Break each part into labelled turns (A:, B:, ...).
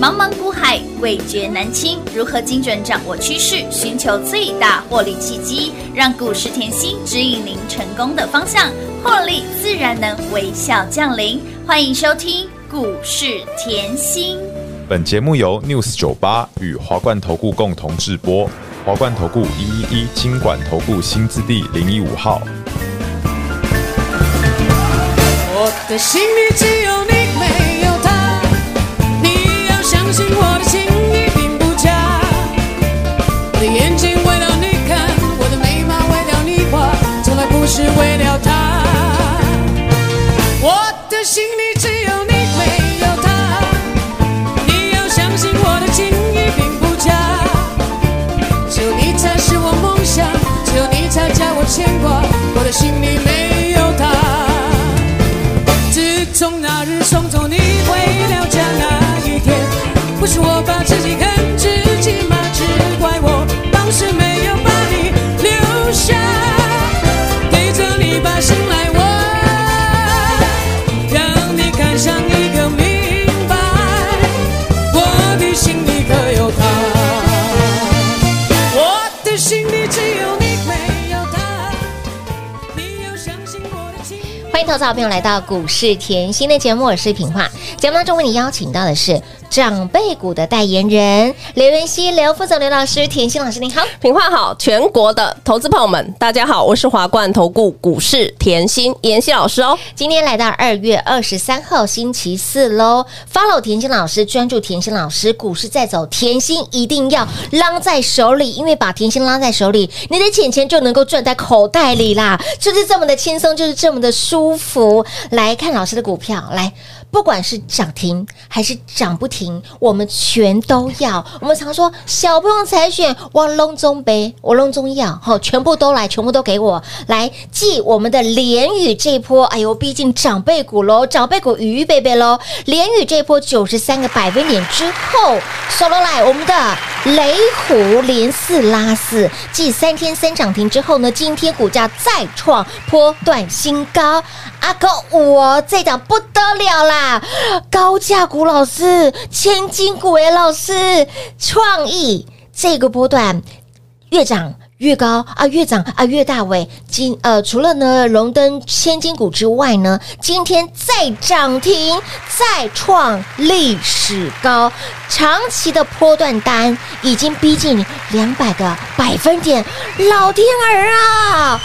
A: 茫茫股海，味觉难清。如何精准掌握趋势，寻求最大获利契机，让股市甜心指引您成功的方向，获利自然能微笑降临。欢迎收听股市甜心。
B: 本节目由 News 九八与华冠投顾共同制播，华冠投顾一一一金管投顾新字第零一五号。
C: 我的心里只有你，没有他。你要相信我的情一定不假。我的眼睛为了你看，我的眉毛为了你画，从来不是为了他。我的心里只有你，没有他。你要相信我的情一定不假。只有你才是我梦想，只有你才叫我牵挂。我的心里没有他。自从那日送走你回了家那一天，不是我把自己恨自己吗？只怪我当时没有把你留下，陪着你把心来挖，让你看上一个明白，我的心里可有他？我的心里只有你，没有他。你要相信我的情。
D: 欢迎投资好朋友来到股市甜心的节目，我是品化。节目当中为你邀请到的是长辈股的代言人刘元熙、刘副总、刘老师、甜心老师，你好。
E: 品话好，全国的投资朋友们，大家好，我是华冠投顾股市甜心妍希老师哦。
D: 今天来到二月二十三号星期四喽，follow 甜心老师，专注甜心老师，股市在走，甜心一定要拉在手里，因为把甜心拉在手里，你的钱钱就能够赚在口袋里啦，就是这么的轻松，就是这么的舒服。来看老师的股票，来。不管是涨停还是涨不停，我们全都要。我们常说小朋友才选，我隆中杯，我隆中药，好，全部都来，全部都给我来。继我们的联宇这一波，哎呦，毕竟长辈股喽，长辈股鱼贝贝喽，联宇这一波九十三个百分点之后，收了来我们的雷虎连四拉四，继三天三涨停之后呢，今天股价再创波段新高。阿哥，啊我这档不得了啦！高价股老师，千金股哎，老师，创意这个波段越涨。越高啊，越涨啊，越大尾。今呃，除了呢荣登千金股之外呢，今天再涨停，再创历史高。长期的波段单已经逼近两百个百分点，老天儿啊！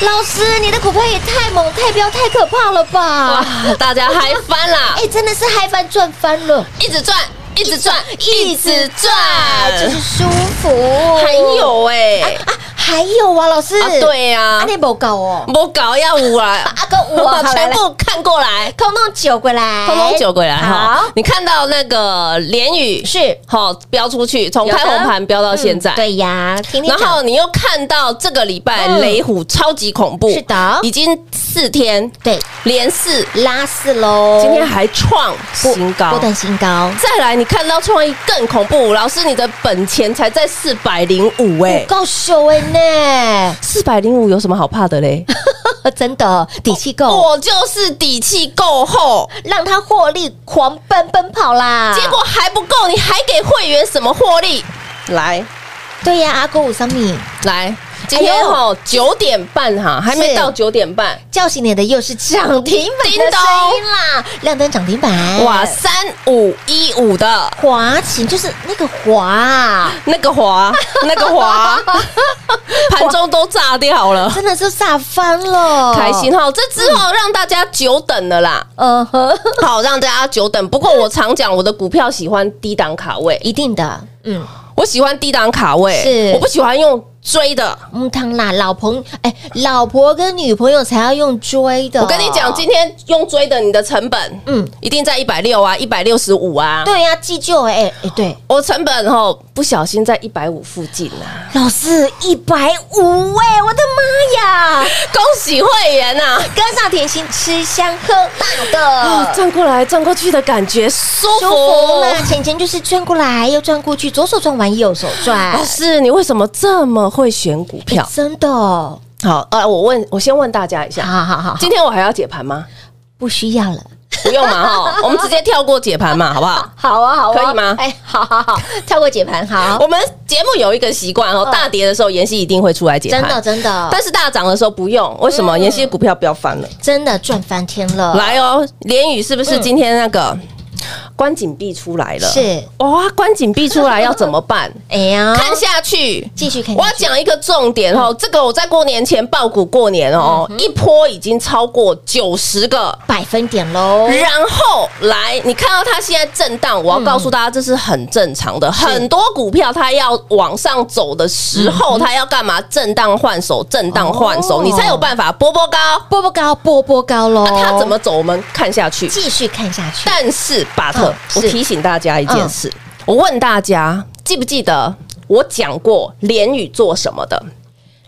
D: 老师，你的股票也太猛、太彪、太可怕了吧！
E: 哇，大家嗨翻啦
D: 哎、，真的是嗨翻赚翻了，
E: 一直赚，一直赚，一直赚，
D: 就是舒服。
E: 还有哎、
D: 啊，还有啊，老师，
E: 啊对呀、
D: 啊，
E: 啊，
D: 那不够哦，
E: 我搞要五啊，
D: 啊，跟我好来
E: 全
D: 来
E: 部看过来。
D: 通通九过来，
E: 通通九过来哈
D: 好，，
E: 你看到那个联宇
D: 是
E: 好飙出去，从
D: 有的
E: 开红盘飙到现在，
D: 嗯对呀，天天
E: 然
D: 涨
E: 后你又看到这个礼拜
D: 嗯
E: 雷虎超级恐怖，
D: 是的
E: 已经四天
D: 对
E: 连四，
D: 拉四喽，
E: 今天还创新
D: 波
E: 高。
D: 段新高，
E: 再来，你看到创意更恐怖，老师，你的本钱才在四百零五哎，
D: 够秀哎呢，
E: 四百零五有什么好怕的嘞？
D: 真的底气够，
E: 哦我就是底气够厚，
D: 让他获利狂奔奔跑啦。
E: 结果还不够，你还给会员什么获利？来
D: 对呀，阿哥五三米
E: 来，今天
D: 哎呦
E: 哦九点半哈，还
D: 是
E: 没到九点半，
D: 叫醒你的又是涨停板的
E: 叮咚
D: 声音啦，亮灯涨停板，
E: 哇，三五一五的
D: 滑琴就是那个滑啊，
E: 那个滑，那个滑， 盘中都炸掉了，
D: 真的是炸翻了，
E: 开心，哈！这之后让大家久等了 啦，
D: 嗯哼，
E: 好让大家久等。不过我常讲，我的股票喜欢低档卡位，
D: 一定的，嗯，
E: 我喜欢低档卡位，
D: 是
E: 我不喜欢用追的。
D: 嗯，汤啦，老朋哎，老婆跟女朋友才要用追的，
E: 我跟你讲，今天用追的，你的成本，
D: 嗯
E: 嗯，一定在一百六啊，一百六十五啊。
D: 对呀，记旧哎哎，对，
E: 我成本吼不小心在一百五附近 啊，
D: 老师一百五哎，我的妈呀，
E: 恭喜会员呐、啊！
D: 跟上甜心吃香喝辣的。哦
E: 哦，转过来转过去的感觉舒
D: 舒
E: 服。
D: 服嘛，钱钱就是转过来又转过去，左手转完右手转，
E: 老师，你为什么这么会选股票
D: 哎？真的哦，
E: 好，呃，我问，我先问大家一下，
D: 好好好，好
E: 今天我还要解盘吗？
D: 不需要了，
E: 不用嘛哈，我们直接跳过解盘嘛，好不好？
D: 好啊，好啊，
E: 可以吗
D: 哎，好好好，跳过解盘，好，
E: 我们节目有一个习惯哦，
D: 嗯
E: 大跌的时候，妍希一定会出来解
D: 真
E: 盘，
D: 的真的，嗯
E: 但是大涨的时候不用，为什么？妍希的股票飙翻了，
D: 真的赚翻天了，
E: 来哦，联宇是不是今天那个关紧闭出来了？
D: 是，
E: 哇，关紧闭出来要怎么办？
D: 哎呀，
E: 看下去。
D: 继续看
E: 我要
D: 下去，
E: 讲一个重点哦，这个我在过年前爆股过年哦，
D: 嗯
E: 一波已经超过九十个
D: 百分点喽，
E: 然后来，你看到它现在震荡，我要告诉大家，这是很正常的。很多股票它要往上走的时候，它要干嘛？震荡换手，震荡换手，
D: 哦
E: 你才有办法波波高。
D: 波波高，波波高喽，
E: 那啊它怎么走？我们看下去。
D: 继续看下去？
E: 但是巴特
D: 嗯，
E: 我
D: 是
E: 提醒大家一件事，我问大家记不记得我讲过联宇做什么的？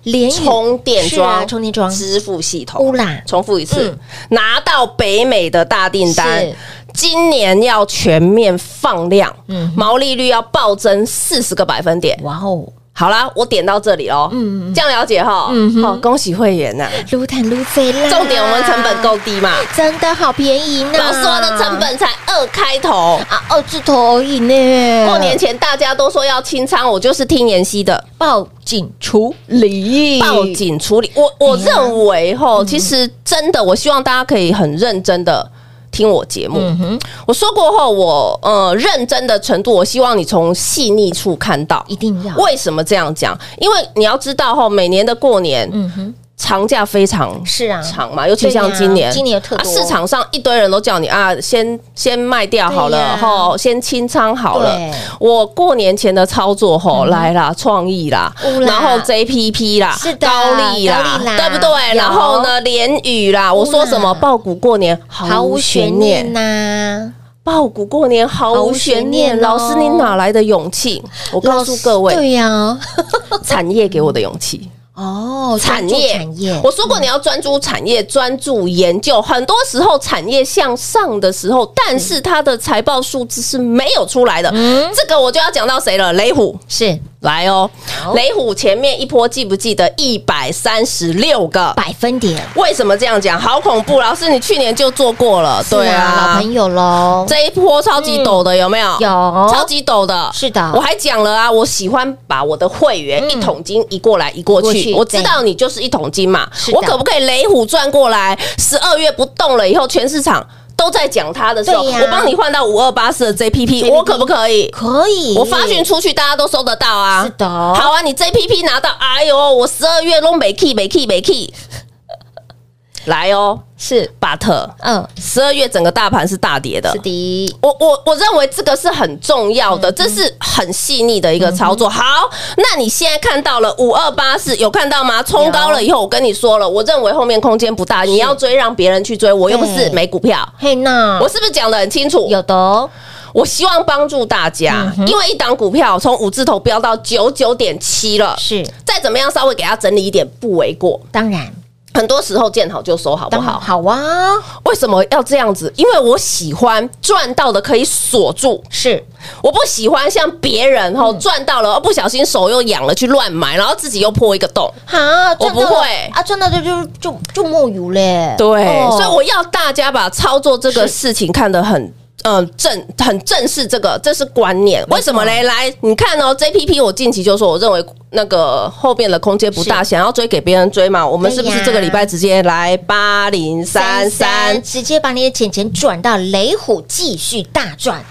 D: 连
E: 充电
D: 是啊
E: 桩、
D: 充电桩
E: 支付系统。
D: 乌啦，
E: 重复一次，
D: 嗯
E: 拿到北美的大订单
D: 是，
E: 今年要全面放量，
D: 嗯哼
E: 毛利率要暴增四十个百分点。
D: 哇哦，
E: 好啦，我点到这里喽，嗯，这样了解哈，
D: 嗯哼
E: 好，恭喜会员 呐、
D: 撸碳撸贼啦，
E: 重点我们成本够，低 嘛，
D: 真的好便宜呢，
E: 老师我的成本才二开头。
D: 啊，二字头而已呢，
E: 过年前大家都说要清仓，我就是听妍希的，
D: 报警处理，
E: 报警处理。我
D: 哎
E: 我认为
D: 嗯
E: 吼，其实真的，我希望大家可以很认真的听我节目。
D: 嗯
E: 我说过后，我呃认真的程度，我希望你从细腻处看到。
D: 一定要，
E: 为什么这样讲？因为你要知道吼，每年的过年
D: 嗯哼，
E: 长假非常
D: 是啊，
E: 长嘛，尤其像
D: 对呀啊
E: 今年，啊
D: 今年有特多
E: 市场上一堆人都叫你啊，先先卖掉好
D: 对呀
E: 了，吼，先清仓好了
D: 对。嗯
E: 我过年前的操作，吼，来啦，创意啦
D: 有，啦
E: 然后 JPP 啦
D: 是，的
E: 高利
D: 高
E: 啦
D: 利，啦
E: 对不对？
D: 有
E: 然后呢，联宇啦，我说什么爆股过年毫
D: 毫
E: 无
D: 无
E: 悬
D: 悬
E: 念
D: 念，啊呐，
E: 爆股过年毫
D: 毫
E: 无
D: 无
E: 悬
D: 悬
E: 念。
D: 念
E: 老
D: 哦
E: 师，你哪来的勇气？我告诉各位，
D: 对呀，
E: 产业给我的勇气。
D: 哦，
E: 产
D: 专注
E: 业，
D: 产业，嗯
E: 我说过你要专注产业，专注研究。很多时候产业向上的时候，但是它的财报数字是没有出来的。
D: 嗯
E: 这个我就要讲到谁了？雷虎
D: 是
E: 来哦，雷虎前面一波记不记得一百三十六个？
D: 百分点，
E: 为什么这样讲？好恐怖！老师，你去年就做过了，对
D: 是
E: 啊，
D: 老朋友喽，
E: 这一波超级陡的有没有？
D: 有
E: 超级陡的，
D: 哦是的嗯
E: 我还讲了啊，我喜欢把我的会员一桶金移过来移过
D: 过
E: 去，
D: 去
E: 我知道你就是一桶金嘛
D: 是，的
E: 我可不可以雷虎转过来？十二月不动了以后，全市场都在讲它的时候，
D: 对呀
E: 我帮你换到五二八四的 JPP，
D: JPP
E: 我可不可以？
D: 可以，
E: 我发讯出去，大家都收得到啊。
D: 是的
E: 好啊，你 JPP 拿到，哎呦，我十二月都没 key 没 key 没 key，来哦，
D: 是，
E: 巴特，
D: 嗯，
E: 十二月整个大盘是大跌的
D: 是，的，
E: 我我我认为这个是很重要
D: 嗯
E: 的，这是很细腻的一个操作。好，那你现在看到了五二八四，有看到吗？冲高了以后，我跟你说了，我认为后面空间不大，你要追让别人去追，我又不是
D: 对
E: 没股票。
D: 嘿那
E: 我是不是讲的很清楚？
D: 有嗯的哦，
E: 我希望帮助大家，因为一档股票从五字头飙到九九点七了，
D: 是
E: 再怎么样稍微给它整理一点不为过。
D: 当然，
E: 很多时候见好就收，好不
D: 当
E: 好
D: 然？好啊，
E: 为什么要这样子？因为我喜欢赚到的可以锁住，
D: 是
E: 我不喜欢像别人哈赚到了，哦不小心手又痒了去乱买，然后自己又破一个洞。
D: 好，赚到
E: 我不
D: 了
E: 会
D: 啊，赚到就就就就木鱼嘞，哦
E: 所以我要大家把操作这个事情看得很。嗯，正很正视这个，这是观念。为什么嘞？来，你看哦，JPP，我近期就说，我认为那个后面的空间不大，
D: 是
E: 想要追给别人追嘛，我们是不
D: 对
E: 是
D: 呀
E: 这个礼拜直接来八零三三？
D: 直接把你的钱钱转到雷虎，继续大赚。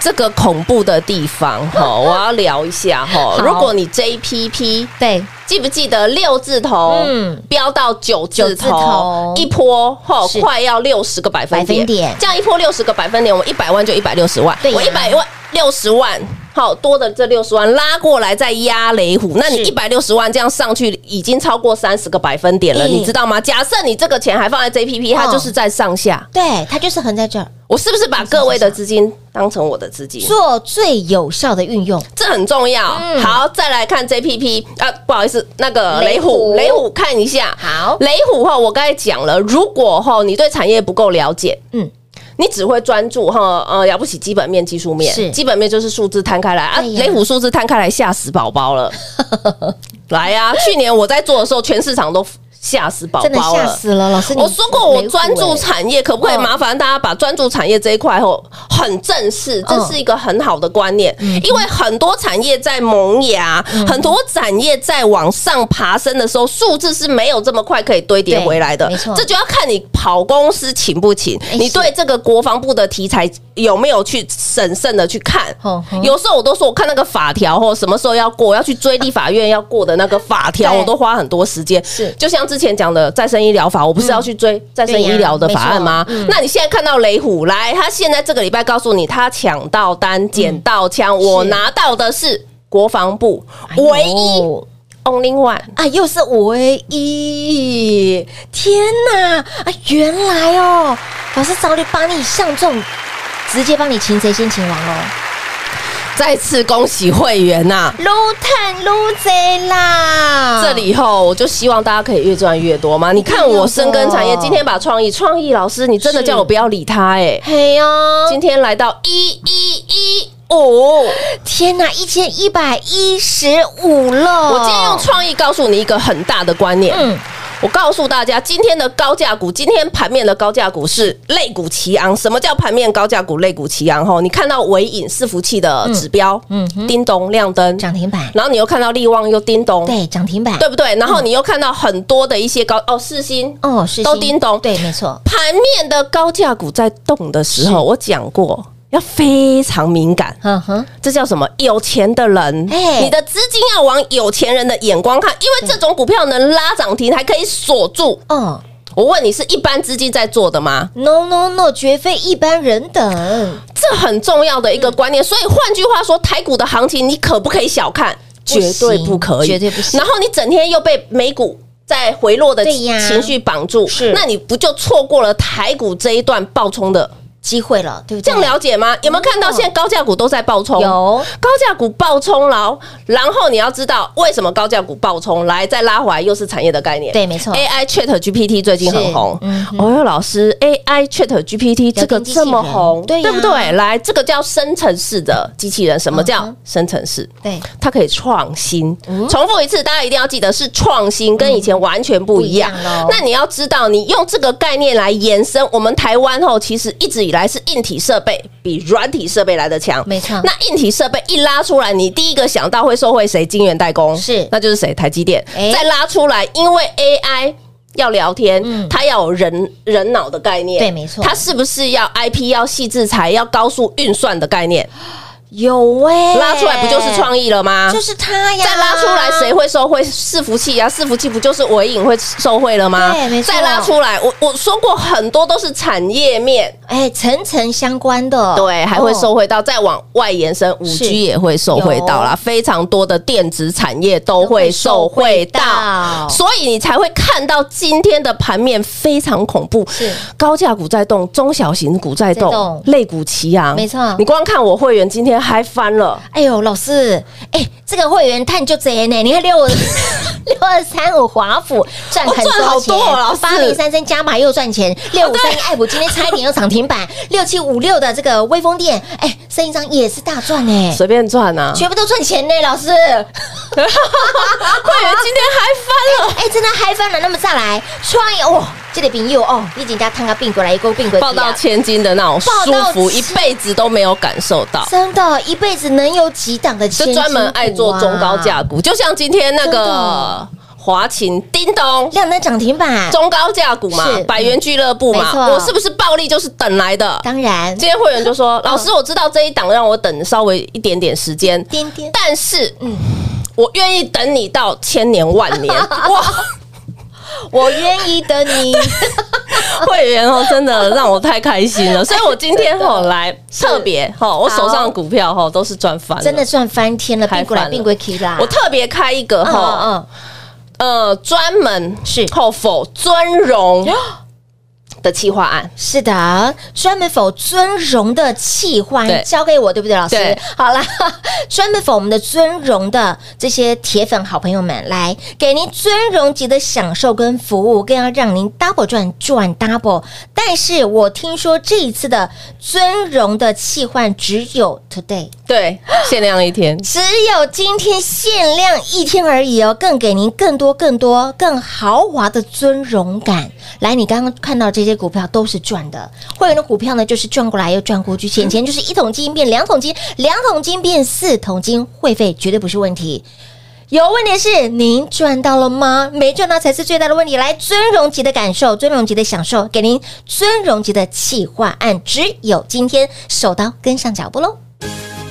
E: 这个恐怖的地方哈，我要聊一下哈。
D: 好
E: 如果你 JPP
D: 对，
E: 记不记得六字头，
D: 嗯
E: 飙到九字
D: 九字头
E: 头，一波吼
D: 是
E: 快要六十个百分
D: 百
E: 点，
D: 分点
E: 这样一波六十个百分点，我一百万就一百六十万，
D: 对呀
E: 我一百万六十万。好多的这六十万拉过来再压雷虎，那你一
D: 是
E: 百六十万这样上去已经超过三十个百分点
D: 嗯
E: 了，你知道吗？假设你这个钱还放在 JPP，它
D: 哦
E: 就是在上下，
D: 对，它就是横在这儿，
E: 我是不是把各位的资金当成我的资金？
D: 做最有效的运用。
E: 这很重要。
D: 嗯
E: 好，再来看 JPP 啊，不好意思，那个雷
D: 雷
E: 虎，
D: 虎
E: 雷虎看一下。
D: 好
E: 雷虎哈，我刚才讲了，如果哈你对产业不够了解，
D: 嗯，
E: 你只会专注哈呃了不起基本面、技术面，
D: 是
E: 基本面就是数字摊开来啊，
D: 对呀
E: 雷虎 数字摊开来吓死宝宝了。来呀、去年我在做的时候，全市场都吓死宝
D: 真的
E: 宝
D: 吓
E: 了。
D: 死了，老师，你
E: 我哦说过，我专
D: 雷虎
E: 注
D: 欸
E: 产业，可不可以
D: 嗯
E: 麻烦大家把专注产业这一块后很正视，这
D: 嗯
E: 是一个很好的观念，因为很多产业在萌芽，
D: 嗯
E: 很多产业在往上爬升的时候，数字是没有这么快可以堆叠
D: 对
E: 回来的。
D: 没错
E: 这就要看你跑公司勤不勤
D: 哎，
E: 你
D: 是
E: 对这个国防部的题材有没有去审慎的去看
D: 嗯哼。
E: 有时候我都说，我看那个法条或什么时候要过，我要去追立法院要过的那个法条，
D: 对
E: 我都花很多时间。
D: 是嗯
E: 就像之前讲的再生医疗法，我不是要去追再生医疗的法案吗？
D: 对呀没错嗯
E: 那你现在看到雷虎来，他现在这个礼拜告诉你，他抢到单、捡到枪，我
D: 是
E: 拿到的是国防部
D: 哎呦
E: 唯一 only one。
D: 啊，又是唯一！天哪，啊，原来哦，老师早就把你相中，直接帮你擒贼先擒王喽，
E: 再次恭喜会员呐、
D: 撸探撸贼啦！
E: 这里以后我就希望大家可以越赚越多嘛。你看我深耕产业，今天把创意创意老师，你真的
D: 是
E: 叫我不要理他哎、
D: 嘿哟，
E: 今天来到一一一五，
D: 天哪，一千一百一十五了！
E: 我今天用创意告诉你一个很大的观念。
D: 嗯
E: 我告诉大家，今天的高价股，今天盘面的高价股是类股齐昂。什么叫盘面高价股、类股齐昂？吼，你看到尾影伺服器的指标，
D: 嗯
E: 嗯
D: 嗯，哼
E: 叮咚亮灯，
D: 涨停板，
E: 然后你又看到力旺又叮咚，
D: 对，涨停板，
E: 对不对？然后你又看到很多的一些高哦，四星
D: 哦，是
E: 都叮咚
D: 对，没错，
E: 盘面的高价股在动的时候，我讲过要非常敏感。
D: 嗯哼，
E: 这叫什么？有钱的人，
D: 哎
E: 你的资金要往有钱人的眼光看，因为这种股票能拉涨停，还可以锁住。
D: 哦
E: 我问你，是一般资金在做的吗？
D: ，no no no，绝非一般人等，
E: 这很重要的一个观念。所以换句话说，台股的行情你可不可以小看？
D: 不行
E: 绝对不可以，
D: 绝对不行
E: 然后你整天又被美股。在回落的
D: 对呀
E: 情绪绑住，
D: 是
E: 那你不就错过了台股这一段爆冲的？
D: 机会了，对不对？
E: 这样了解吗？有没有看到现在高价股都在爆冲？
D: 有
E: 高价股爆冲了，然后你要知道为什么高价股爆冲，来再拉回来又是产业的概念。
D: 对，没错。
E: AI Chat GPT 最近很红
D: 是，嗯
E: 哦哟，老师，AI Chat GPT 这个这么红，
D: 聊天机器人对呀
E: 不对？来，这个叫生成式的机器人，什么
D: 嗯
E: 叫
D: 哼
E: 生成式？
D: 对，
E: 它可以创新，
D: 嗯
E: 重复一次，大家一定要记得是创新，跟以前完全不一样
D: 不一样咯。
E: 那你要知道，你用这个概念来延伸，我们台湾后其实一直以来是硬体设备比软体设备来的强，
D: 没错
E: 那硬体设备一拉出来，你第一个想到会受惠谁？晶圆代工
D: 是
E: 那就是谁？台积电。
D: 哎
E: 再拉出来，因为 AI。要聊天，
D: 嗯
E: 它要有人人脑的概念，
D: 对没错
E: 它是不是要 IP 要细制裁，要高速运算的概念？
D: 有哎、
E: 拉出来不就是创意了吗？
D: 就是他呀！
E: 再拉出来，
D: 啊
E: 谁会受贿？伺服器啊，伺服器不就是尾影会受贿了吗？
D: 对没错
E: 再拉出来，我我说过很多都是产业面，
D: 哎，层层相关的，
E: 对，还会受
D: 哦
E: 贿到，再往外延伸，五
D: 是
E: G 也会受贿到啦，非常多的电子产业都会受贿
D: 都会受
E: 到
D: 惠到，
E: 所以你才会看到今天的盘面非常恐怖，
D: 是
E: 高价股在动，中小型股在
D: 在动
E: 动，类股齐扬，
D: 没错
E: 你光看我会员今天嗨翻了。
D: 哎呦，老师，哎，这个会员探就贼呢，你看六 六二三五华府赚很
E: 哦赚
D: 多
E: 好
D: 钱，
E: 多哦老师
D: 八零三三加码又赚钱，六五三一爱普今天差一点又涨停板，六七五六的这个微风店，哎，生意上也是大赚呢，
E: 随便赚啊！
D: 全部都赚钱呢，老师，哎，
E: 会员今天嗨翻了，
D: 真的嗨翻了。那么再来创业，哇，这个朋友哦，你人家摊个并过来，一个并过去啊
E: 抱到千金的那种舒
D: 抱到
E: 服，一辈子都没有感受到。
D: 真的，一辈子能有几档的千
E: 就
D: 金股啊
E: 专门爱做中高价股，就像今天那
D: 真
E: 个
D: 的
E: 华勤叮咚。
D: 亮灯涨停板，
E: 中高价股嘛
D: 是，
E: 百元俱乐部
D: 没
E: 嘛，
D: 错
E: 我是不是暴利就是等来的？
D: 当然嗯
E: 今天会员就说：“老师，我知道这一档让我等稍微一点点时间，
D: 颠颠
E: 但是，
D: 嗯
E: 我愿意等你到千年万 年。”哇，
D: 我愿意等 你。
E: 会员哦，真的让我太开心了，所以我今天 吼来特别吼，我手上的股票吼都是赚翻了，
D: 真的赚翻天了，
E: 嗨
D: 并过来
E: 翻了
D: 并过去啦。
E: 我特别开一个
D: 啊嗯
E: 吼，
D: 嗯，
E: 呃，专门
D: 是
E: 后否尊荣的企划案。
D: 是的，专门否尊荣的气话
E: 对
D: 交给我，对不对，老师
E: 对？
D: 好啦， 专门否我们的尊荣的这些铁粉好朋友们，来给您尊荣级的享受跟服务，更要让您 double 赚赚 double。但是我听说这一次的尊荣的气换只有 today，
E: 对，限量一天。
D: 只有今天限量一天而已哦，更给您更多、更多、更豪华的尊荣感。来，你刚刚看到这些股票都是赚的，会员的股票呢，就是赚过来又赚过去，钱钱就是一桶金变两桶金，两桶金变四桶金，会费绝对不是问题。有问题是您赚到了吗？没赚到才是最大的问题。来，尊荣级的感受，尊荣级的享受，给您尊荣级的企划案，只有今天，手刀跟上脚步喽。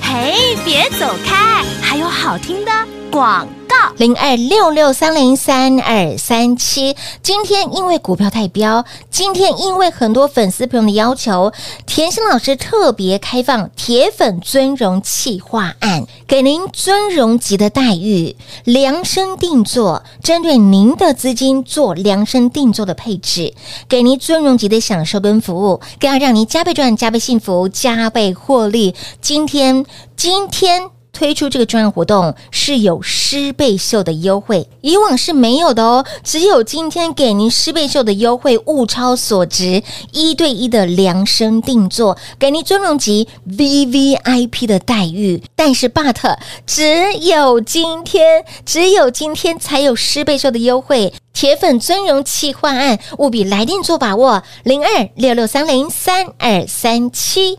A: 嘿，别走开，还有好听的广告。
D: 零二六六三零三二三七。今天因为股票太飙，今天因为很多粉丝朋友的要求，甜心老师特别开放铁粉尊荣企划案，给您尊荣级的待遇，量身定做，针对您的资金做量身定做的配置，给您尊荣级的享受跟服务，更要让您加倍赚、加倍幸福、加倍获利。今天，今天。推出这个专案活动是有师倍秀的优惠，以往是没有的哦，只有今天给您师倍秀的优惠，物超所值，一对一的量身定做，给您尊荣级 V V I P 的待遇。但是 but 只有今天，只有今天才有师倍秀的优惠。铁粉尊荣企划案，务必来电做把握，零二六六三零三二三七。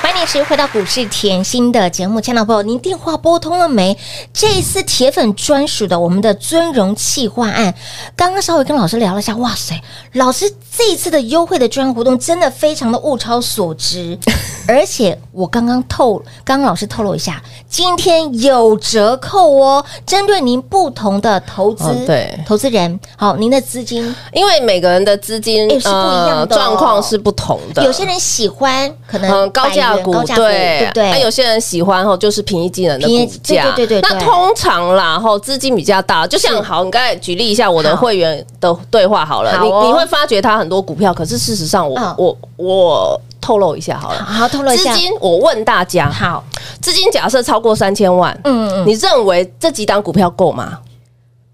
D: 欢迎持续回到股市甜心的节目，亲爱的朋友，您电话拨通了没？这一次铁粉专属的我们的尊荣企划案，刚刚稍微跟老师聊了一下，哇塞，老师这一次的优惠的专案活动真的非常的物超所 值，而且我刚刚透，刚刚老师透露一下，今天有折扣哦，针对您不同的投资、
E: 哦对
D: 投资人，好，您的资金，
E: 因为每个人的资金呃
D: 哎是不一样的哦
E: 状况是不同的，
D: 有些人喜欢可能
E: 嗯，高价
D: 百元
E: 股
D: 高价股对不对？
E: 那有些人喜欢吼，就是平易近人的
D: 平易
E: 股价，
D: 对对对对对
E: 那通常啦吼，资金比较大，就像好，你刚才举例一下我的
D: 好
E: 会员的对话好了，
D: 好
E: 你
D: 哦
E: 你会发觉他很多股票，可是事实上我
D: 嗯
E: 我我透露一下好了，
D: 好，透露一
E: 资
D: 下，
E: 金我问大家，
D: 好，
E: 资金假设超过三千万，
D: 嗯嗯。
E: 你认为这几档股票够吗？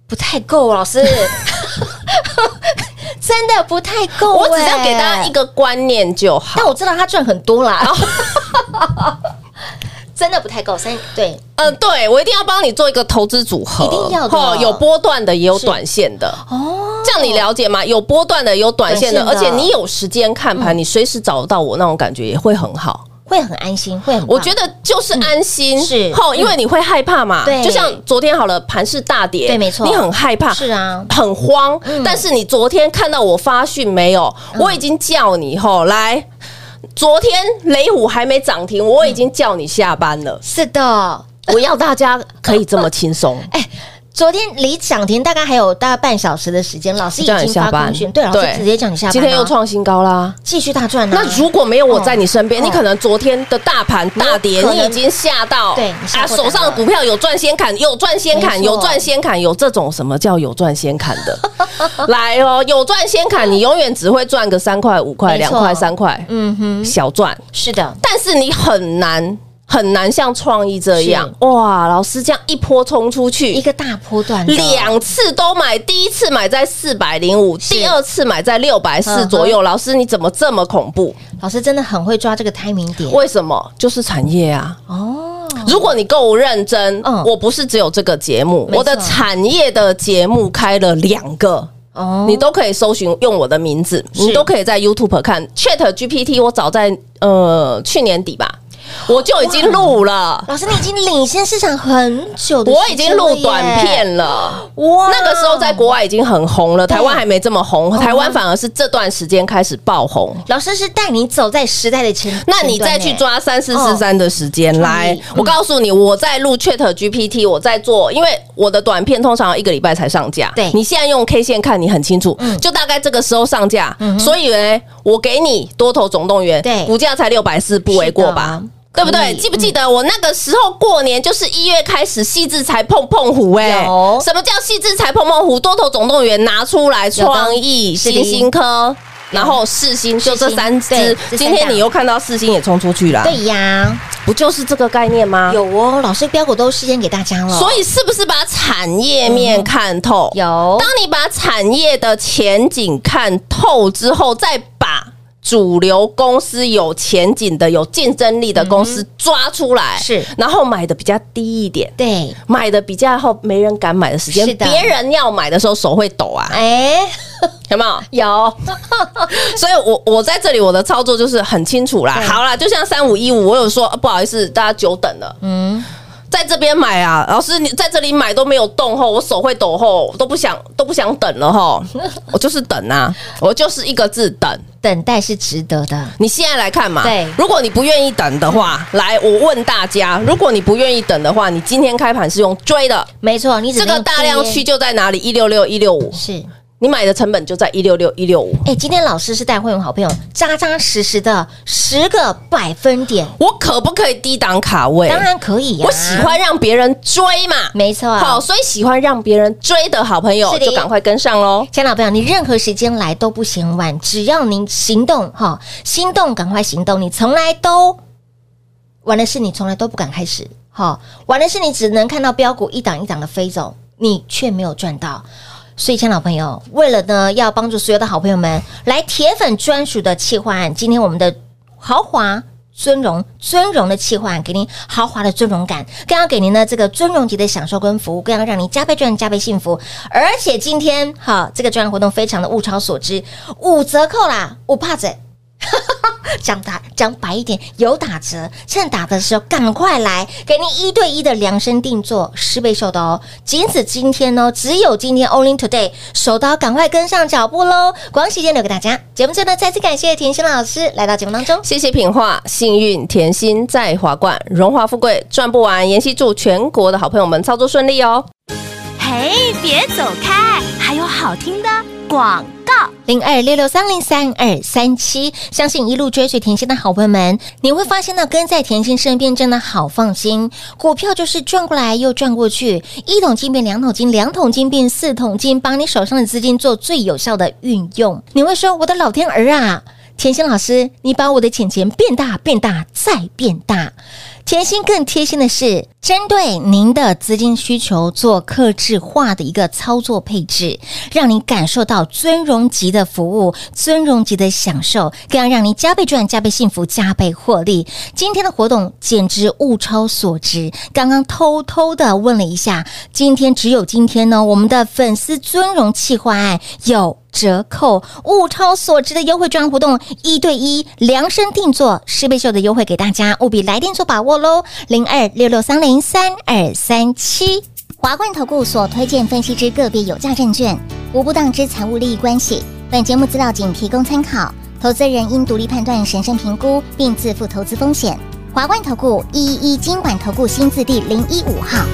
D: 不太够，老 师，真的不太够、
E: 我只要给大家一
D: 个，
E: 个观念就好
D: 但。我知道他赚很多啦， 真的不太够，三对
E: 嗯，对，我一定要帮你做一个投资组合，
D: 一定要的
E: 吼有波段的，也有
D: 是
E: 短线的。
D: 哦，
E: 这样你了解吗？有波段的，有短线的，
D: 短
E: 而
D: 线的
E: 且你有时间看盘，你随时找得到我，那种感觉也会很好。
D: 会很安心，会很棒，嗯
E: 我觉得就是安心，
D: 是
E: 吼，因为你会害怕嘛。
D: 对
E: 就像昨天好了，盘是大跌，
D: 对没错
E: 你很害怕，
D: 是啊
E: 很慌。但是你昨天看到我发讯没有？我已经叫你吼来。昨天雷虎还没涨停，我已经叫你下班了。
D: 是的。
E: 我要大家可以这么轻松，
D: 昨天离涨停大概还有大概半小时的时间，老师已
E: 叫你
D: 经
E: 下
D: 发
E: 班
D: 公讯，。对，老师直接叫你下班啊，
E: 今天又创新高啦。
D: 继续大赚啊
E: 那如果没有我在你身边，
D: 哦
E: 你可能昨天的大盘大跌，
D: 可能
E: 你已经吓到，
D: 对你吓
E: 啊，
D: 过头了
E: 手上的股票有赚先砍，有赚先砍，
D: 没错
E: 有赚先砍，有这种什么叫有赚先砍的？ 来哦，有赚先砍，你永远只会赚个三块、五块、
D: 没
E: 两
D: 错
E: 块、三块，
D: 嗯哼，
E: 小赚，
D: 是的，
E: 但是你很难。很难像创意这样哇，老师这样一啊波冲出去，
D: 一个大波段的
E: 两次都买，第一次买在四百零五，第二次买在六百
D: 嗯
E: 四
D: 哼
E: 左右。老师，你怎么这么恐怖？
D: 老师真的很会抓这个 timing 点
E: 为什么？就是产业啊。
D: 哦，
E: 如果你够认真，
D: 嗯
E: 我不是只有这个节目
D: 没，错
E: 我的产业的节目开了两个。
D: 哦
E: 你都可以搜寻用我的名字，你都可以在 YouTube 看 Chat GPT。我早在呃去年底吧，我就已经录了。
D: 老师，你已经领先市场很久的时间
E: 我
D: 了耶，
E: 已经录短片了，
D: 哇嗯
E: 那个时候在国外已经很红了，台湾还没这么红，台湾反而是这段时间开始爆红。
D: 老师是带你走在时代的前，
E: 那你再去
D: 前端欸
E: 抓三四四三的时间来
D: 嗯，
E: 我告诉你，我在录 Chat GPT，我在做，因为我的短片通常一个礼拜才上架。
D: 对嗯
E: 你现在用 K 线看，你很清楚，就大概这个时候上架。所以呢，我给你多头总动员，
D: 对
E: 股价才六百四，不为过
D: 是
E: 吧
D: 的？
E: 对不
D: 可
E: 对？
D: 以嗯
E: 记不记得我那个时候过年就是一月开始，细致才碰碰虎哎、
D: 有
E: 什么叫细致才碰碰虎？多头总动员拿出来，
D: 有的
E: 创意、
D: 是的
E: 新兴科，然后世新，就这三
D: 对
E: 只
D: 这三。
E: 今天
D: 档
E: 你又看到世新也冲出去了，
D: 对呀，
E: 不就是这个概念吗？哦
D: 有哦，老师标股都事先给大家了，
E: 所以是不是把产业面看透？
D: 有
E: 当你把产业的前景看透之后，再把主流公司有前景的、有竞争力的公司抓出来，
D: 是
E: 然后买的比较低一点。
D: 对，
E: 买的比较后没人敢买的时间
D: 是，的
E: 别人要买的时候手会抖啊，
D: 哎，
E: 有没有？
D: 有
E: 所以我，我在这里我的操作就是很清楚啦。
D: 对
E: 好啦，就像三五一五，我有说、呃不好意思，大家久等了。嗯，在这边买啊，老师你在这里买都没有动后，我手会抖后，都不想都不想等了 吼，我就是等啊，我就是一个字等。
D: 等待是值得的，
E: 你现在来看嘛，
D: 对
E: 如果你不愿意等的话，来，我问大家，如果你不愿意等的话，你今天开盘是用追的，
D: 没错，你只
E: 这
D: 能
E: 个大量
D: 接
E: 区就在哪里？一六六一六五，
D: 是。
E: 你买的成本就在一六六一六五。
D: 哎，今天老师是带会员好朋友扎扎实实的十个百分点，
E: 我可不可以低档卡位？
D: 当然可以呀、
E: 我喜，欢让别人追嘛，
D: 没错、啊。
E: 好，，所以喜欢让别人追的好朋友
D: 是的
E: 就赶快跟上喽。
D: 亲爱的朋友，你任何时间来都不嫌晚，只要您行动哈、心动赶快行动。你从来都玩的事，你从来都不敢开始，哈、玩的事你只能看到标股一档一档的飞走，你却没有赚到。所以，亲爱的朋友，为了呢要帮助所有的好朋友们来铁粉专属的企划案，今天我们的豪华。尊荣尊荣的气换，给您豪华的尊荣感，更要给您呢这个尊荣级的享受跟服务，更要让您加倍赚加倍幸福。而且今天哈，这个专案活动非常的物超所值，五折扣啦，五帕子。讲打讲白一点，有打折，趁打的时候赶快来，给您一对一的量身定做，十倍售的哦。仅此今天哦，只有今天，Only Today，手刀赶快跟上脚步喽！广喜间留给大家。节目最后呢，再次感谢甜心老师来到节目当中。
E: 谢谢品画，幸运甜心在华冠，荣华富贵赚不完。妍希祝全国的好朋友们操作顺利哦。
A: 嘿，别走开，还有好听的广告。
D: 零二六六三零三二三七。相信一路追随甜心的好朋友们，你会发现到跟在甜心身边真的好放心。股票就是转过来又转过去，一桶金变两桶金，两桶金变四桶金，把你手上的资金做最有效的运用。你会说：“我的老天儿啊！”甜心老师，你把我的钱钱变大、变大再变大。甜心更贴心的是，针对您的资金需求做克制化的一个操作配置，让您感受到尊荣级的服务、尊荣级的享受，更要让您加倍赚、加倍幸福、加倍获利。今天的活动简直物超所值。刚刚偷偷的问了一下，今天只有今天呢，我们的粉丝尊荣企划案有。折扣，物超所值的优惠专案活动，一对一量身定做，十倍秀的优惠给大家，务必来电做把握喽！零二六六三零三二三七。
F: 华冠投顾所推荐分析之个别有价证券，无不当之财务利益关系。本节目资料仅提供参考，投资人应独立判断、审慎评估，并自负投资风险。华冠投顾一一一金管投顾新字第零一五号。